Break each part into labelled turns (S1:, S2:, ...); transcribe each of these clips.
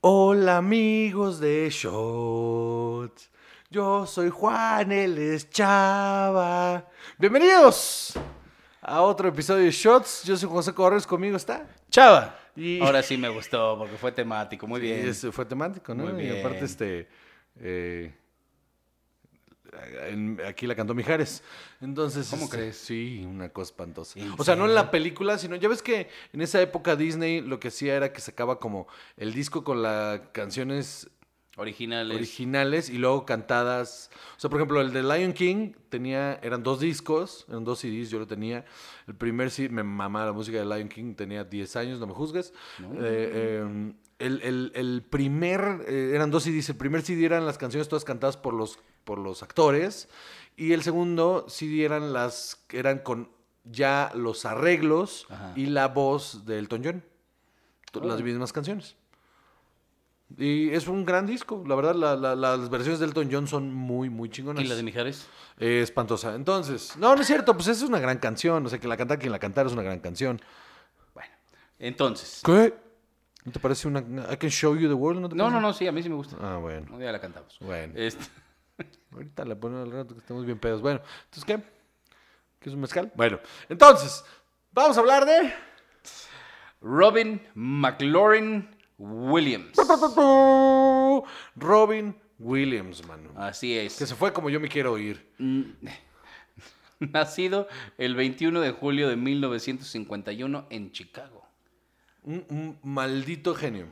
S1: Hola amigos de Shots. Yo soy Juan, él es Chava. Bienvenidos a otro episodio de Shots. Yo soy José Correos, conmigo está.
S2: Chava.
S1: Y-
S2: Ahora sí me gustó porque fue temático, muy bien.
S1: Y eso fue temático, ¿no?
S2: Muy
S1: Y aparte,
S2: bien.
S1: este. eh, en- aquí la cantó Mijares. Entonces.
S2: ¿Cómo
S1: este,
S2: crees?
S1: Sí, una cosa espantosa.
S2: ¿En
S1: O sea, no en la película, sino. Ya ves que en esa época Disney lo que hacía era que sacaba como el disco con las canciones
S2: Originales.
S1: originales y luego cantadas. O sea, por ejemplo, el de Lion King tenía, eran dos discos, eran dos CDs, yo lo tenía. El primer CD, me mamá la música de Lion King, tenía 10 años, no me juzgues. Eh, eh, el, el- el primer, eh, eran dos CDs, el primer CD eran las canciones todas cantadas por los, por los actores y el segundo CD eran las, eran con ya los arreglos
S2: Ajá.
S1: y la voz de Elton John. To- Las mismas canciones. Y es un gran disco, la verdad, la- la- las versiones de Elton John son muy, muy chingonas.
S2: ¿Y la de Mijares?
S1: Eh, espantosa. Entonces, no, no es cierto, pues esa es una gran canción, o sea, que la canta quien la cantara es una gran canción.
S2: Bueno, entonces.
S1: ¿Qué? ¿No te parece una... I can show you the world? ¿No, te
S2: No, no,
S1: parece?
S2: no, sí, a mí sí me gusta.
S1: Ah, bueno.
S2: Un día la cantamos.
S1: Bueno.
S2: Este,
S1: Ahorita la ponen al rato que estamos bien pedos. Bueno, entonces, ¿qué? ¿Qué es un mezcal? Bueno, entonces, vamos a hablar de...
S2: Robin McLaurin Williams.
S1: Robin Williams, mano.
S2: Así
S1: Que
S2: es. eh,
S1: se fue como yo me quiero ir.
S2: Nacido el 21 de julio de 1951 en Chicago.
S1: Un, un maldito genio.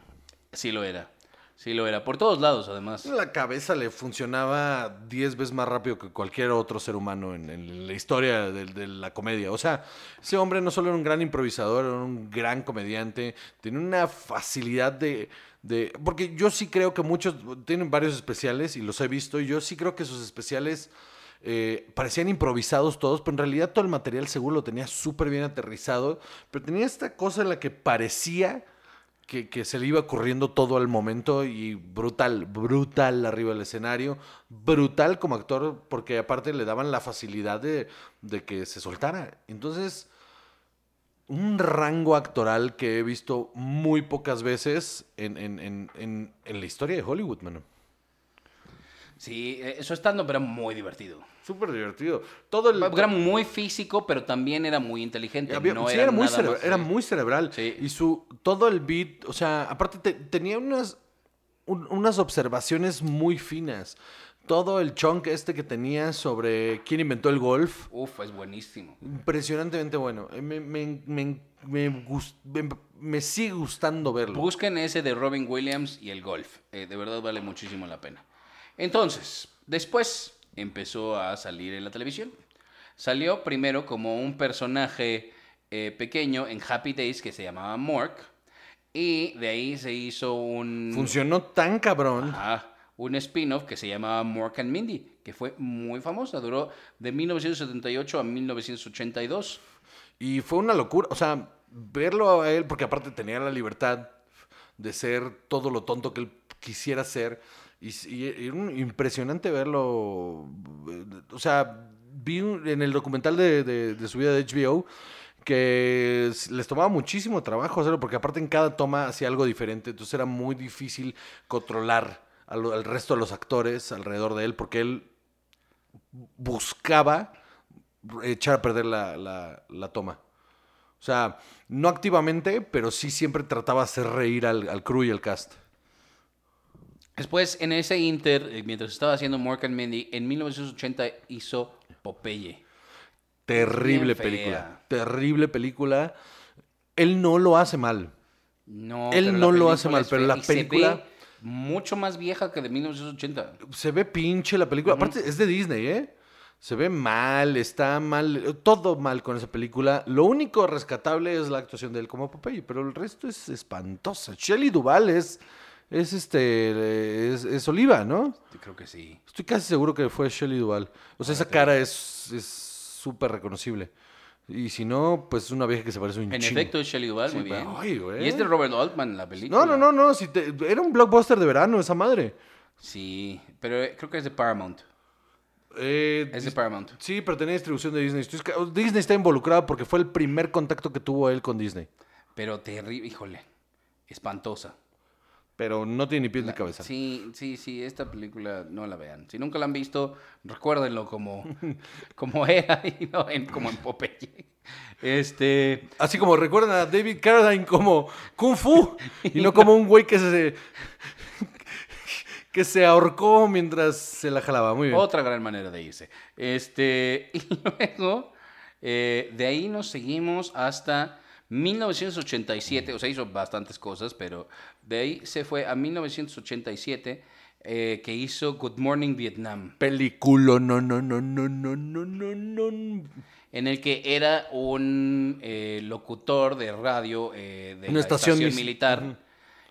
S2: Sí lo era. Sí lo era. Por todos lados, además.
S1: La cabeza le funcionaba 10 veces más rápido que cualquier otro ser humano en, en la historia del- de, la comedia. O sea, ese hombre no solo era un gran improvisador, era un gran comediante, tenía una facilidad de... de- porque yo sí creo que muchos tienen varios especiales y los he visto y yo sí creo que sus especiales eh, parecían improvisados todos, pero en realidad todo el material seguro lo tenía súper bien aterrizado, pero tenía esta cosa en la que parecía que, que se le iba corriendo todo al momento y brutal, brutal arriba del escenario, brutal como actor, porque aparte le daban la facilidad de, de que se soltara. Entonces, un rango actoral que he visto muy pocas veces en, en- en- en- en la historia de Hollywood, mano.
S2: Sí, eh, eso estando, pero era muy divertido.
S1: Súper divertido. Todo el...
S2: Era muy físico, pero también era muy inteligente.
S1: Había-
S2: no
S1: sí,
S2: era,
S1: era muy,
S2: nada
S1: cere-
S2: más de-
S1: era muy cerebral.
S2: Sí.
S1: Y su todo el beat, o sea, aparte te- tenía unas, un- unas observaciones muy finas. Todo el chunk este que tenía sobre quién inventó el golf,
S2: Uf, es buenísimo.
S1: impresionantemente bueno. Eh, Me, me- me- me gus- me- me sigue gustando verlo.
S2: Busquen ese de Robin Williams y el golf. Eh, de verdad vale muchísimo la pena. Entonces, después empezó a salir en la televisión. Salió primero como un personaje eh, pequeño en Happy Days que se llamaba Mork. Y de ahí se hizo un...
S1: Funcionó tan cabrón.
S2: Ajá, un spin-off que se llamaba Mork and Mindy, que fue muy famosa. Duró de 1978 a 1982.
S1: Y fue una locura, o sea, verlo a él, porque aparte tenía la libertad de ser todo lo tonto que él quisiera ser. Y, s- y era un- impresionante verlo. eh, O sea, vi un- en el documental de, de- de su vida de HBO que s- les tomaba muchísimo trabajo hacerlo, porque aparte en cada toma hacía algo diferente, entonces era muy difícil controlar a lo- al resto de los actores alrededor de él, porque él buscaba echar a perder la, la- la toma. O sea, no activamente, pero sí siempre trataba de hacer reír al, al crew y al cast.
S2: Después, en ese inter, eh, mientras estaba haciendo Mork and Mindy, en 1980 hizo Popeye.
S1: Terrible
S2: Bien fea.
S1: película. Terrible película. Él no lo hace mal.
S2: No,
S1: Él
S2: pero la
S1: no lo hace
S2: película
S1: mal,
S2: es
S1: pero
S2: fea
S1: la
S2: y se ve
S1: película-
S2: mucho más vieja que de 1980.
S1: Se ve pinche la película. Aparte, es de Disney, ¿eh? Se ve mal, está mal, todo mal con esa película. Lo único rescatable es la actuación de él como Popeye, pero el resto es espantosa. Shelley Duval es, es este, es- es Oliva, ¿no?
S2: Yo Creo que sí.
S1: Estoy casi seguro que fue Shelley Duval. O sea,
S2: Ah,
S1: esa cara es es súper reconocible. Y si no, pues es una vieja que se parece un
S2: En
S1: chingo.
S2: efecto, es Shelley Duvall,
S1: Sí,
S2: muy bien.
S1: pero- ay, güey.
S2: Y es de Robert Altman, la película.
S1: No, no, no, no. Si te- era un blockbuster de verano esa madre.
S2: Sí, pero eh, creo que es de Paramount.
S1: Eh,
S2: Es de
S1: dis-
S2: Paramount.
S1: Sí, pero tenía distribución de Disney. Estoy ca- Disney está involucrado porque fue el primer contacto que tuvo él con Disney.
S2: Pero terrible, híjole. Espantosa.
S1: pero no tiene ni pies ni
S2: La-
S1: cabeza.
S2: Sí, sí, sí, esta película no la vean. Si nunca la han visto, recuérdenlo como, como era y no en- como en Popeye. Este,
S1: Así como recuerdan a David Carradine como Kung Fu y no como un güey que se que se ahorcó mientras se la jalaba. Muy bien.
S2: otra gran manera de irse. Este, y luego, eh, de ahí nos seguimos hasta 1987, o sea, hizo bastantes cosas, pero de ahí se fue a 1987, eh, que hizo Good Morning Vietnam.
S1: Película, no, no, no, no, no, no, no, no.
S2: en el que era un eh, locutor de radio eh, de
S1: Una
S2: la
S1: estación
S2: estación,
S1: mis-
S2: militar
S1: Ujú.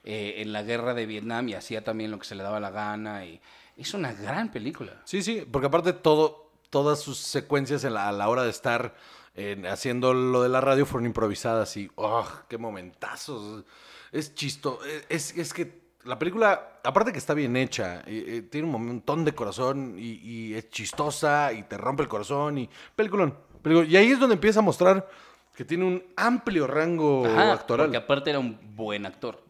S2: eh, en la guerra de Vietnam y hacía también lo que se le daba la gana y es una gran película.
S1: Sí, sí, porque aparte todo, todas sus secuencias en la- a la hora de estar en- haciendo lo de la radio fueron improvisadas y ¡oh, qué momentazos! Es chisto, e, es, es que la película, aparte que está bien hecha, eh, eh, tiene un montón de corazón y, y es chistosa y te rompe el corazón y peliculón. peliculón. Y ahí es donde empieza a mostrar que tiene un amplio rango
S2: Ajá,
S1: actoral.
S2: Porque aparte era un buen actor.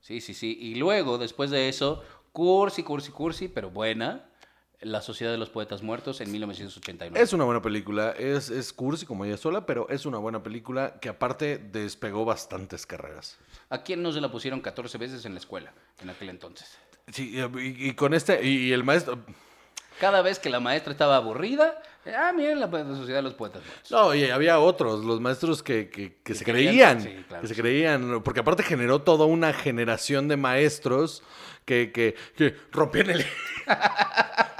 S2: Sí, sí, sí. Y luego, después de eso, cursi, cursi, cursi, pero buena, La Sociedad de los Poetas Muertos en 1989.
S1: Es una buena película, es, es cursi como ella sola, pero es una buena película que aparte despegó bastantes carreras.
S2: ¿A quién no se la pusieron 14 veces en la escuela en aquel entonces?
S1: Sí, y, y con este, y, y el maestro.
S2: Cada vez que la maestra estaba aburrida, ah, miren la, la Sociedad de los Poetas Muertos.
S1: No, y había otros, los maestros que, que- que
S2: Que
S1: se
S2: creían-
S1: creían.
S2: sí, claro,
S1: que se
S2: sí.
S1: creían, porque aparte generó toda una generación de maestros que, que, que rompían el.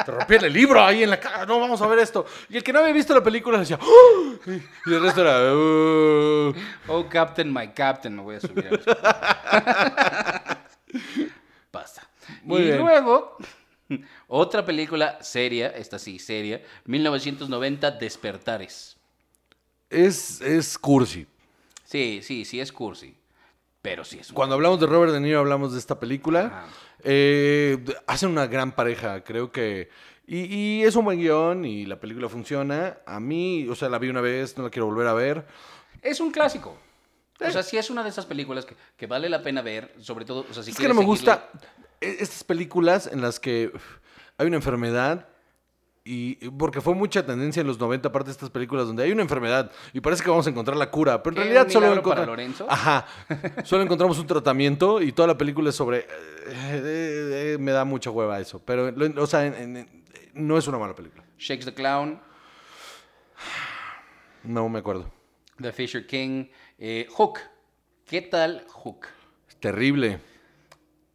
S1: te rompían el libro ahí en la cara, no vamos a ver esto. Y el que no había visto la película decía, "¡Oh!". Y el resto era, "Oh".
S2: Oh, Captain, my Captain, me voy a subir. a la- Basta.
S1: Muy
S2: y
S1: bien.
S2: luego, otra película seria, esta sí, seria, 1990, Despertares.
S1: Es, es cursi.
S2: Sí, sí, sí es cursi, pero sí es un...
S1: Cuando hablamos de Robert De Niro, hablamos de esta película.
S2: Ajá.
S1: Eh, d- hacen una gran pareja, creo que. Y, y es un buen guión y la película funciona. A mí, o sea, la vi una vez, no la quiero volver a ver.
S2: Es un clásico. O sea, sí es una de esas películas que, que vale la pena ver, sobre todo, o sea, si
S1: es que no
S2: quieres
S1: me
S2: seguirle-
S1: gusta e- estas películas en las que uf, hay una enfermedad. Y porque fue mucha tendencia en los 90, aparte de estas películas donde hay una enfermedad y parece que vamos a encontrar la cura, pero en
S2: ¿Qué,
S1: realidad
S2: un
S1: solo
S2: milagro
S1: encontra-
S2: para Lorenzo?
S1: Ajá. Solo encontramos un tratamiento y toda la película es sobre. eh, eh, eh, me da mucha hueva eso. Pero, lo- o sea, en- en- en- no es una mala película.
S2: Shakes the Clown,
S1: No me acuerdo.
S2: The Fisher King, eh, Hook. ¿Qué tal Hook?
S1: Es terrible.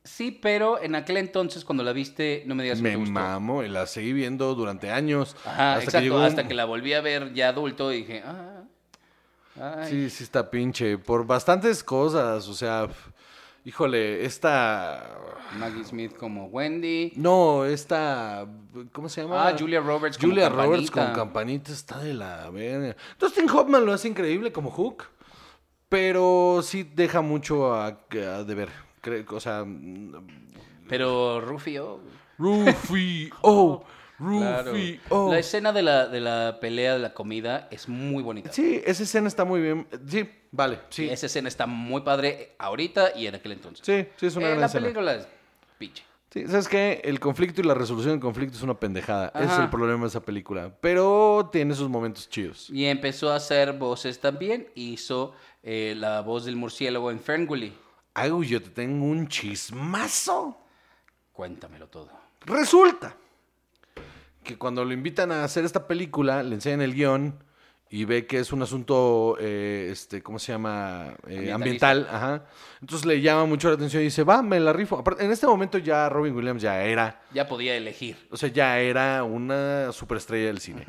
S2: Sí, pero en aquel entonces cuando la viste, no me digas que
S1: Me
S2: te gustó.
S1: mamo y la seguí viendo durante años.
S2: Ajá,
S1: hasta
S2: exacto,
S1: que llegó un-
S2: hasta que la volví a ver ya adulto y dije, ah, ay.
S1: Sí, sí está pinche. Por bastantes cosas. O sea, f- híjole, esta.
S2: Maggie Smith como Wendy.
S1: No, esta. ¿Cómo se llama?
S2: Ah, Julia Roberts como
S1: Julia Roberts con
S2: Campanita.
S1: campanita está de la verga. Dustin Hoffman lo hace increíble como Hook, pero sí deja mucho a, a deber. Cre- o sea, mm,
S2: Pero Rufio.
S1: Rufy, oh,
S2: claro.
S1: Rufy, oh.
S2: La escena de la, de la pelea de la comida es muy bonita.
S1: Sí, esa escena está muy bien. Sí, vale, sí.
S2: Esa escena está muy padre ahorita y en aquel entonces.
S1: Sí, sí, es una
S2: Eh,
S1: gran
S2: la
S1: escena.
S2: película es pinche.
S1: Sí, ¿Sabes qué? El conflicto y la resolución del conflicto es una pendejada. Ese es
S2: Ajá.
S1: el problema de esa película. Pero tiene sus momentos chidos.
S2: Y empezó a hacer voces también. Hizo eh, la voz del murciélago en Ferngully.
S1: Ay, uy, yo te tengo un chismazo.
S2: Cuéntamelo todo.
S1: Resulta que cuando lo invitan a hacer esta película, le enseñan el guión y ve que es un asunto, eh, este, ¿cómo se llama? Eh,
S2: Ambientalista.
S1: ambiental. Ajá. Entonces le llama mucho la atención y dice, va, me la rifo. Aparte, en este momento ya Robin Williams ya era,
S2: Ya podía elegir.
S1: o sea, ya era una superestrella del cine.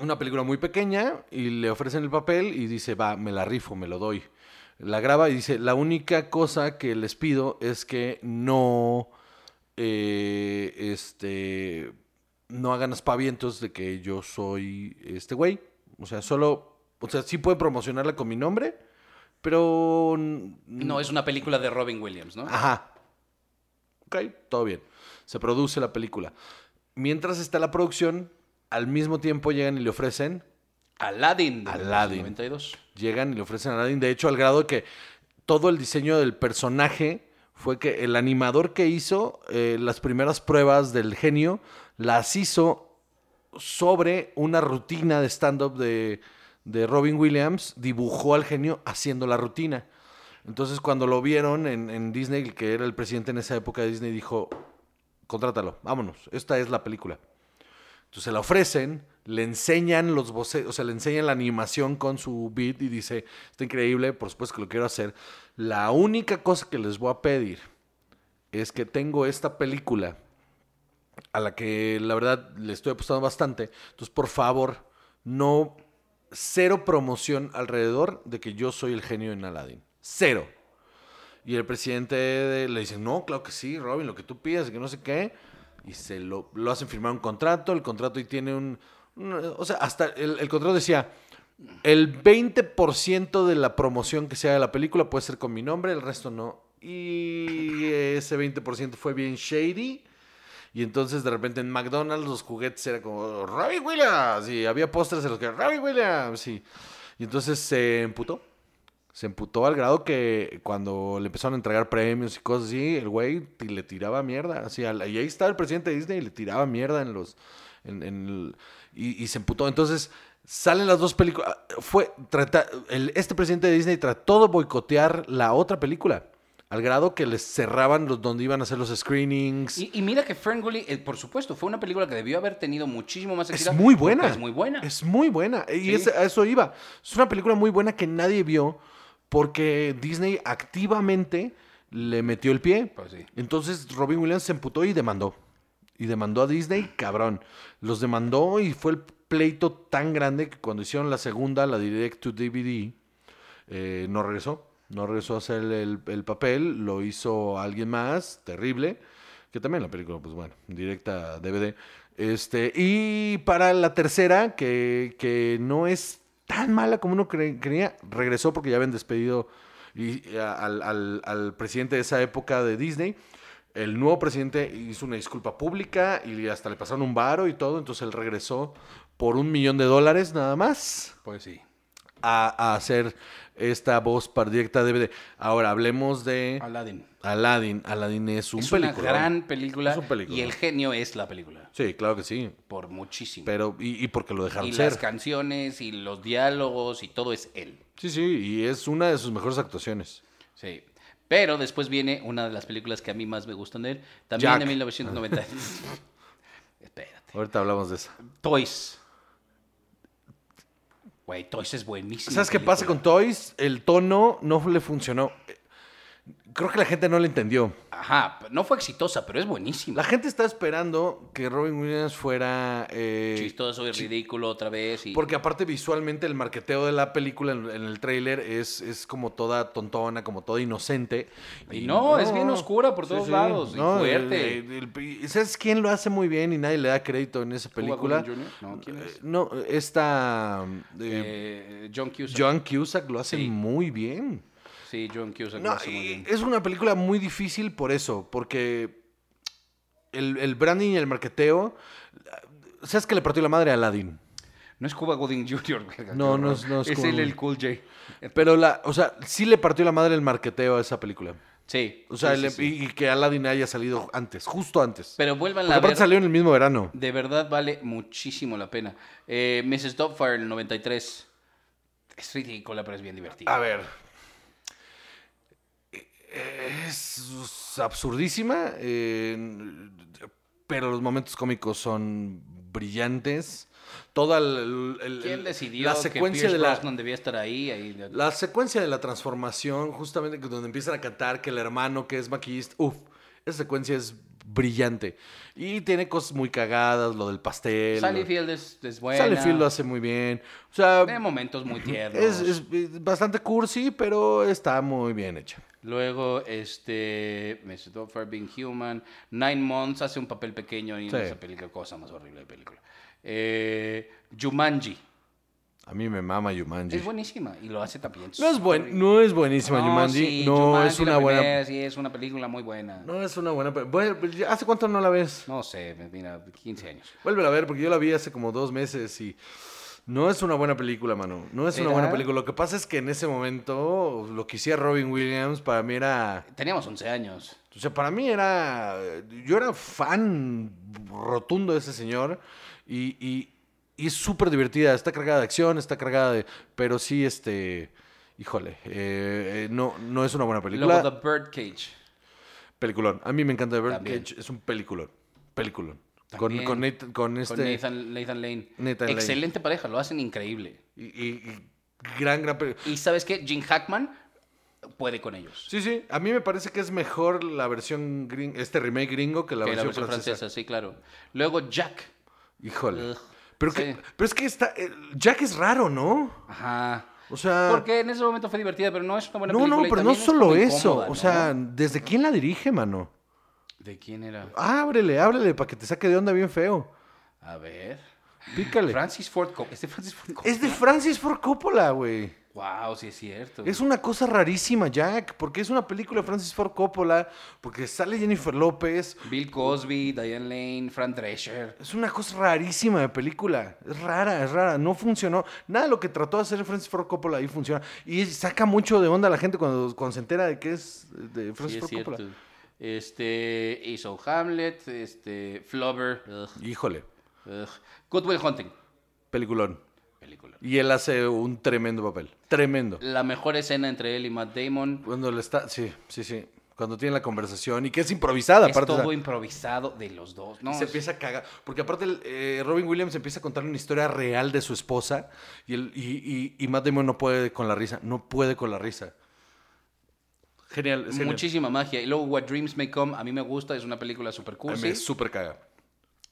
S1: Una película muy pequeña y le ofrecen el papel y dice, va, me la rifo, me lo doy. La graba y dice, la única cosa que les pido es que no eh, este, no hagan aspavientos de que yo soy este güey. O sea, solo, o sea, sí puede promocionarla con mi nombre, pero... n-
S2: No, es una película de Robin Williams, ¿no?
S1: Ajá. Ok, todo bien. Se produce la película. Mientras está la producción, al mismo tiempo llegan y le ofrecen,
S2: Aladdin. de
S1: Aladdin.
S2: 1992.
S1: llegan y le ofrecen a Aladdin. De hecho, al grado que todo el diseño del personaje fue que el animador que hizo eh, las primeras pruebas del genio las hizo sobre una rutina de stand-up de, de Robin Williams, dibujó al genio haciendo la rutina. Entonces cuando lo vieron en, en Disney, el que era el presidente en esa época de Disney, dijo, contrátalo, vámonos, esta es la película. Entonces se la ofrecen, le enseñan los voces, o sea, le enseñan la animación con su beat y dice, está increíble, por supuesto que lo quiero hacer. La única cosa que les voy a pedir es que tengo esta película a la que la verdad le estoy apostando bastante. Entonces, por favor, no cero promoción alrededor de que yo soy el genio en Aladdin. Cero. Y el presidente de- le dice, no, claro que sí, Robin, lo que tú pidas, que no sé qué. Y se lo, lo hacen firmar un contrato, el contrato y tiene un... un- o sea, hasta el, el contrato decía, el 20% de la promoción que se haga de la película puede ser con mi nombre, el resto no. Y ese 20% fue bien shady. Y entonces de repente en McDonald's los juguetes era como Robbie Williams y había postres en los que Robbie Williams y, y entonces se emputó. Se emputó al grado que cuando le empezaron a entregar premios y cosas así, el güey ti- le tiraba mierda. Así, al- y ahí estaba el presidente de Disney y le tiraba mierda en los. En, en el- y, y se emputó. Entonces, salen las dos películas. Fue. trata- el- este presidente de Disney trató de boicotear la otra película. Al grado que les cerraban los donde iban a hacer los screenings.
S2: Y, y mira que Ferngully, eh, por supuesto, fue una película que debió haber tenido muchísimo más
S1: Es
S2: éxito
S1: muy
S2: porque
S1: buena.
S2: Es muy buena.
S1: Es muy buena. Y
S2: Sí.
S1: es- a eso iba. Es una película muy buena que nadie vio porque Disney activamente le metió el pie.
S2: Pues sí.
S1: Entonces Robin Williams se emputó y demandó. Y demandó a Disney, cabrón. Los demandó y fue el pleito tan grande que cuando hicieron la segunda, la Direct to DVD, eh, no regresó. No regresó a hacer el, el papel, lo hizo alguien más, terrible. Que también la película, pues bueno, directa a DVD. Este, y para la tercera, que, que no es tan mala como uno cre- creía, regresó porque ya habían despedido y- y a- al, al- al presidente de esa época de Disney. El nuevo presidente hizo una disculpa pública y hasta le pasaron un varo y todo. Entonces él regresó por un millón de dólares nada más
S2: Pues sí.
S1: a, a hacer esta voz para directa DVD. Ahora hablemos de
S2: Aladdin.
S1: Aladdin. Aladdin es un
S2: Eh, es
S1: película.
S2: una gran película,
S1: Es un peliculón.
S2: y el genio es la película.
S1: Sí, claro que sí.
S2: Por muchísimo.
S1: Pero, y, y porque lo
S2: y
S1: dejaron
S2: las
S1: ser.
S2: canciones y los diálogos y todo es él.
S1: Sí, sí, y es una de sus mejores actuaciones.
S2: Sí. Pero después viene una de las películas que a mí más me gustan de él. También
S1: Jack.
S2: de 1990. Espérate.
S1: Ahorita hablamos de esa.
S2: Toys. Güey, Toys es buenísimo.
S1: ¿Sabes qué pasa con Toys? El tono no le funcionó. Creo que la gente no le entendió.
S2: Ajá, no fue exitosa, pero es buenísima.
S1: La gente está esperando que Robin Williams fuera... eh,
S2: Chistoso y ridículo otra vez. Y...
S1: Porque aparte visualmente el marqueteo de la película en, en el tráiler es, es como toda tontona, como toda inocente.
S2: Y no, es bien oscura por todos lados, y fuerte.
S1: el- el- el- ¿Sabes quién lo hace muy bien y nadie le da crédito en esa
S2: ¿Cuba
S1: película?
S2: Gooding Jr.? No, ¿quién
S1: Eh,
S2: es?
S1: No, esta... eh,
S2: Eh, John Cusack.
S1: Joan Cusack lo hace
S2: Sí.
S1: muy bien.
S2: Sí, John Cusack.
S1: No,
S2: lo hace muy
S1: y eh,
S2: bien.
S1: es una película muy difícil por eso, porque el, el branding y el marqueteo... ¿Sabes que le partió la madre a Aladdin?
S2: No es Cuba Gooding Jr. verga,
S1: No,
S2: qué
S1: no
S2: horror.
S1: es- no es
S2: es
S1: Cuba
S2: él el
S1: Gooding.
S2: Cool J.
S1: Pero la, o sea, sí le partió la madre el marqueteo a esa película.
S2: Sí.
S1: O sea,
S2: sí, sí,
S1: le-
S2: sí.
S1: Y, y que Aladdin haya salido antes, justo antes.
S2: Pero vuelvan
S1: Porque
S2: a
S1: aparte
S2: ver.
S1: salió en el mismo verano.
S2: De verdad vale muchísimo la pena. Eh, Mrs. Doubtfire, el 93. Es ridícula, pero es bien divertida.
S1: A ver. Es absurdísima, eh, pero los momentos cómicos son brillantes. Toda el, el-
S2: ¿Quién
S1: el-
S2: decidió
S1: la secuencia
S2: que Pierce
S1: de la,
S2: Brosnan debía estar ahí? ahí de-
S1: La secuencia de la transformación, justamente que- donde empiezan a cantar que el hermano que es maquillista, uff, esa secuencia es brillante. Y tiene cosas muy cagadas, lo del pastel.
S2: Sally
S1: lo-
S2: Field es, es buena.
S1: Sally Field lo hace muy bien. O sea,
S2: Tiene momentos muy tiernos.
S1: es, es- es bastante cursi, pero está muy bien hecha.
S2: Luego, este. Mrs. Doubtfire, Being Human. Nine Months hace un papel pequeño en
S1: Sí.
S2: esa película. Cosa más horrible de película. Eh, Jumanji.
S1: A mí me mama Jumanji.
S2: Es buenísima y lo hace también.
S1: no, es buen, no es buenísima
S2: No,
S1: Jumanji.
S2: sí,
S1: no
S2: Jumanji
S1: es una
S2: la
S1: buena.
S2: primera, sí, es una película muy buena.
S1: No es una buena. pe- Bueno, ya- ¿Hace cuánto no la ves?
S2: No sé, mira, 15 años.
S1: Vuelve a ver, porque yo la vi hace como dos meses y No es una buena película, mano. No es una
S2: ¿Será?
S1: buena película. Lo que pasa es que en ese momento lo que hacía Robin Williams para mí era...
S2: Teníamos 11 años.
S1: O sea, para mí era. Yo era fan rotundo de ese señor. Y, y- y es súper divertida. Está cargada de acción, está cargada de. Pero sí, este. Híjole. eh, eh, no, no es una buena película.
S2: Luego The Birdcage.
S1: Peliculón. A mí me encanta The
S2: También.
S1: Birdcage. Es un peliculón. Peliculón. Con,
S2: También.
S1: con, Nathan- con este.
S2: Con Nathan, Nathan Lane.
S1: Nathan Lane.
S2: Excelente pareja, lo hacen increíble.
S1: Y, y- y gran, gran peli-
S2: Y sabes qué, Jim Hackman puede con ellos.
S1: Sí, sí. A mí me parece que es mejor la versión gring, este remake gringo que la,
S2: que
S1: versión, francesa.
S2: sí, claro. Luego Jack.
S1: Híjole.
S2: Ugh,
S1: Pero, que-
S2: sí.
S1: pero es que está, eh, Jack es raro, ¿no?
S2: Ajá.
S1: O sea.
S2: Porque en ese momento fue divertida, pero no es una
S1: Ah.
S2: buena
S1: no,
S2: película.
S1: no,
S2: y
S1: pero no
S2: también es
S1: solo
S2: como
S1: eso.
S2: incómoda,
S1: O
S2: ¿no?
S1: sea, ¿desde quién la dirige, mano?
S2: ¿De quién era?
S1: Ábrele, ábrele para que te saque de onda bien feo.
S2: A ver.
S1: Pícale.
S2: Francis Ford Coppola. ¿Es de Francis Ford Coppola?
S1: Es de Francis Ford Coppola, güey.
S2: Wow, sí es cierto.
S1: Es una cosa rarísima, Jack, porque es una película de Francis Ford Coppola, porque sale Jennifer López.
S2: Bill Cosby, Diane Lane, Fran Drescher.
S1: Es una cosa rarísima de película. Es rara, es rara. No funcionó. Nada de lo que trató de hacer Francis Ford Coppola ahí funciona. Y saca mucho de onda a la gente cuando, cuando se entera de que es de
S2: Sí
S1: Francis
S2: es
S1: Ford
S2: cierto.
S1: Coppola.
S2: Este, hizo Hamlet, este, Flubber, ugh,
S1: Híjole,
S2: ugh. Good Will Hunting,
S1: peliculón.
S2: película.
S1: Y él hace un tremendo papel. Tremendo.
S2: La mejor escena entre él y Matt Damon
S1: Cuando le está. Sí, sí, sí. Cuando tiene la conversación y que es improvisada,
S2: es
S1: aparte. o sea,
S2: todo improvisado de los dos, ¿no?
S1: se
S2: Es-
S1: empieza a cagar. Porque aparte, el, eh, Robin Williams empieza a contarle una historia real de su esposa y, el, y, y, y Matt Damon no puede con la risa. No puede con la risa. Genial. es genial.
S2: Muchísima magia. Y luego What Dreams May Come, a mí me gusta, es una película super
S1: A
S2: cool.
S1: mí
S2: ¿sí?
S1: Me super caga.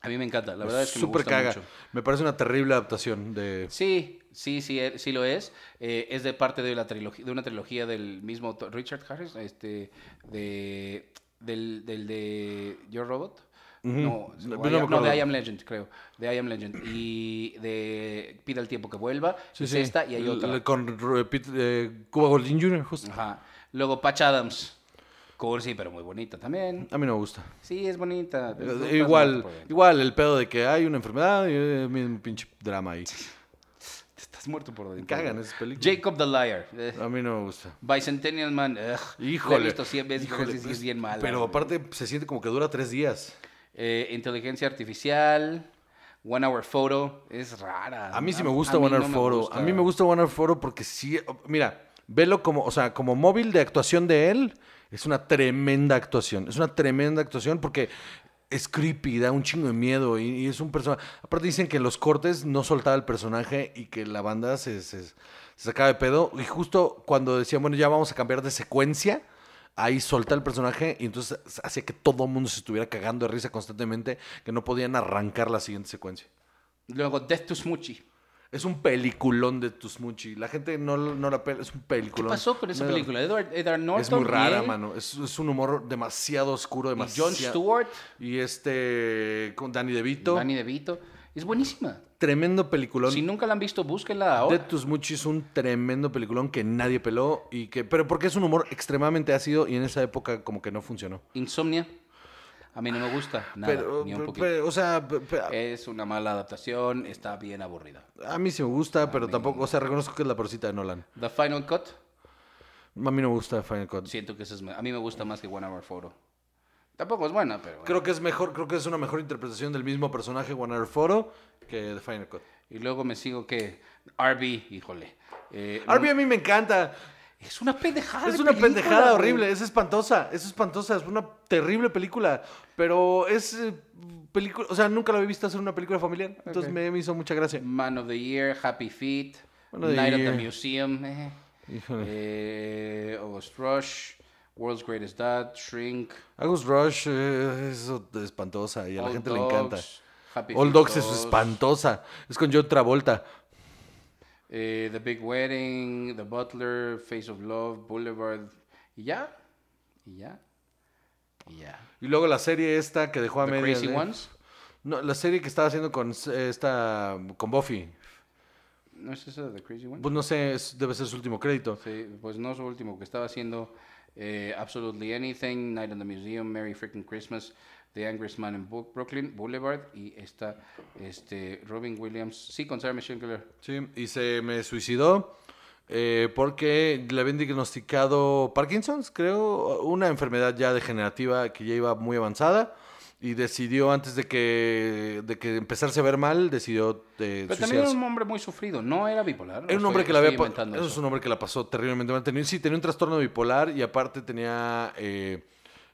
S2: A mí me encanta, la verdad es que me
S1: super
S2: gusta
S1: caga.
S2: mucho.
S1: Me parece una terrible adaptación de.
S2: Sí, sí, sí, eh, sí lo es. Eh, es de parte de la trilogía, de una trilogía del mismo autor- Richard Harris, este, de del, del de Your Robot. No,
S1: No,
S2: o
S1: no
S2: I-
S1: me
S2: no,
S1: acuerdo.
S2: de I Am Legend, creo. De I Am Legend. Y de Pida el tiempo que vuelva.
S1: Sí,
S2: es
S1: sí.
S2: esta y hay
S1: L-
S2: otra.
S1: l- Con eh, Pete, eh, Cuba Golding Jr., justo.
S2: Ajá. Luego Patch Adams. Cursi, pero muy bonita también.
S1: A mí no me gusta.
S2: Sí, es bonita. pero no
S1: Eh,
S2: estás
S1: Igual,
S2: muerto por dentro.
S1: igual el pedo de que hay una enfermedad y eh, un pinche drama ahí.
S2: Estás muerto por dentro.
S1: Cagan esas películas.
S2: Jacob the Liar. eh,
S1: A mí no me gusta.
S2: Bicentennial Man. ugh,
S1: Híjole.
S2: La he visto 100 veces, pero
S1: Híjole,
S2: sí es
S1: pues,
S2: bien mala.
S1: Pero
S2: güey.
S1: aparte se siente como que dura tres días.
S2: Eh, inteligencia artificial. One Hour Photo. Es rara.
S1: A mí sí me gusta
S2: a mí
S1: One Hour
S2: no me
S1: Photo.
S2: gusta.
S1: A mí me gusta One Hour Photo porque sí. oh, Mira, velo como, o sea, como móvil de actuación de él, es una tremenda actuación. Es una tremenda actuación porque es creepy, da un chingo de miedo y, y es un personaje. Aparte dicen que en los cortes no soltaba el personaje y que la banda se, se, se sacaba de pedo. Y justo cuando decían, bueno, ya vamos a cambiar de secuencia. Ahí solta el personaje y entonces hacía que todo el mundo se estuviera cagando de risa constantemente, que no podían arrancar la siguiente secuencia.
S2: Luego Death to Smoochie.
S1: Es un peliculón de Tusmuchi. La gente no, no la pela. Es un
S2: ¿Qué
S1: peliculón.
S2: pasó con esa
S1: No,
S2: película? Edward, Edward Norton.
S1: Es muy
S2: y
S1: rara,
S2: él,
S1: mano. Es, es un humor demasiado oscuro,
S2: y
S1: demasiado.
S2: John Stewart.
S1: Y este. Con Danny DeVito.
S2: Danny DeVito. Es buenísima.
S1: Tremendo peliculón.
S2: Si nunca la han visto, búsquenla
S1: De
S2: ahora.
S1: Tusmuchi es un tremendo peliculón que nadie peló. y que Pero porque es un humor extremadamente ácido y en esa época como que no funcionó.
S2: Insomnia. A mí no me gusta. Nada,
S1: pero,
S2: ni un
S1: pe-
S2: poquito. Eh,
S1: pe- o sea, pe- pe-
S2: es una mala adaptación. Está bien aburrida.
S1: a mí sí me gusta, pero
S2: mí-
S1: tampoco. O sea, reconozco que es la porcita de Nolan.
S2: The Final Cut.
S1: A mí no me gusta Final Cut.
S2: Siento que esa es me- a mí me gusta más que One Hour Photo. Tampoco es buena, pero. bueno.
S1: Creo que es mejor, creo que es una mejor interpretación del mismo personaje, One Hour Photo, que The Final Cut.
S2: Y luego me sigo que RB, híjole. Eh,
S1: Arby a mí me encanta.
S2: Es una pendejada.
S1: Es
S2: Ah, de
S1: una
S2: película,
S1: pendejada
S2: güey.
S1: horrible, es espantosa, es espantosa, es una terrible película. Pero es eh, película, o sea, nunca la había visto hacer una película familiar, entonces
S2: Ok.
S1: me, me hizo mucha gracia.
S2: Man of the Year, Happy Feet,
S1: Man of the
S2: Night at
S1: Year.
S2: the Museum, eh.
S1: Híjole.
S2: Eh, August Rush, World's Greatest Dad, Shrink,
S1: Agus Rush eh, es ot- espantosa y a la
S2: Old
S1: gente
S2: Dogs,
S1: le encanta.
S2: Happy
S1: All
S2: Feet
S1: Dogs es
S2: 2,
S1: espantosa, es con John Travolta.
S2: eh, the Big Wedding, The Butler, Face of Love, Boulevard. Y ya. Y ya. Y ya.
S1: Y luego la serie esta que dejó a
S2: The
S1: media.
S2: Crazy Ones.
S1: No, la serie que estaba haciendo con eh, esta con Buffy.
S2: ¿No es esa de The Crazy Ones?
S1: Pues no sé, es- debe ser su último crédito.
S2: Sí, pues no su último que estaba haciendo eh, Absolutely Anything, Night in the Museum, Merry Freaking Christmas, The Angriest Man in Bo- Brooklyn, Boulevard y esta, este, Robin Williams, sí, con Sarah Michelle Gellar.
S1: Sí, y se me suicidó eh, porque le habían diagnosticado Parkinson's, creo, una enfermedad ya degenerativa que ya iba muy avanzada. Y decidió, antes de que, de que empezarse a ver mal, decidió eh,
S2: Pero también era
S1: suicidarse.
S2: un hombre muy sufrido, no era bipolar.
S1: Era un
S2: Estoy-
S1: hombre que la había
S2: estoy
S1: pa-
S2: inventando
S1: eso
S2: eso.
S1: es un hombre que la pasó terriblemente mal. Tenía, sí, tenía un trastorno bipolar y aparte tenía eh,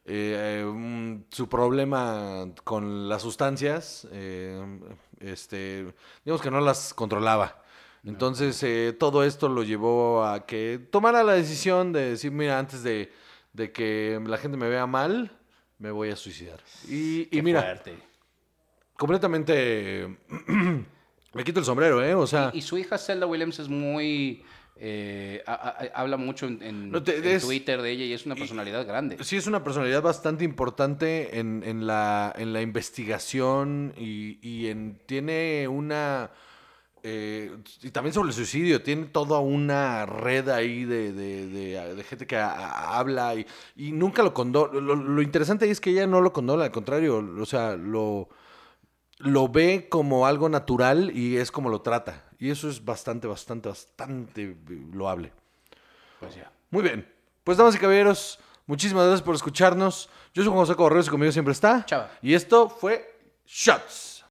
S1: eh, un- su problema con las sustancias. eh, este, digamos que no las controlaba. Entonces eh, todo esto lo llevó a que tomara la decisión de decir, mira, antes de, de que la gente me vea mal, me voy a suicidar. Y, y
S2: Qué
S1: mira,
S2: fuerte.
S1: completamente... me quito el sombrero, ¿eh? O sea...
S2: Y su hija Zelda Williams es muy. eh, ha- ha- habla mucho en, en-
S1: No, te-
S2: en
S1: es-
S2: Twitter de ella y es una personalidad grande.
S1: Sí, es una personalidad bastante importante en, en la, en la investigación y, y en, tiene una... eh, y también sobre el suicidio, tiene toda una red ahí de, de- de- de gente que a- a- habla y, y nunca lo condona. Lo, lo interesante ahí es que ella no lo condona, al contrario, o sea, lo, lo ve como algo natural y es como lo trata. Y eso es bastante, bastante, bastante loable.
S2: Pues ya.
S1: Muy bien. Pues, damas y caballeros, muchísimas gracias por escucharnos. Yo soy Juan José Correos y conmigo siempre está.
S2: Chava.
S1: Y esto fue Shots.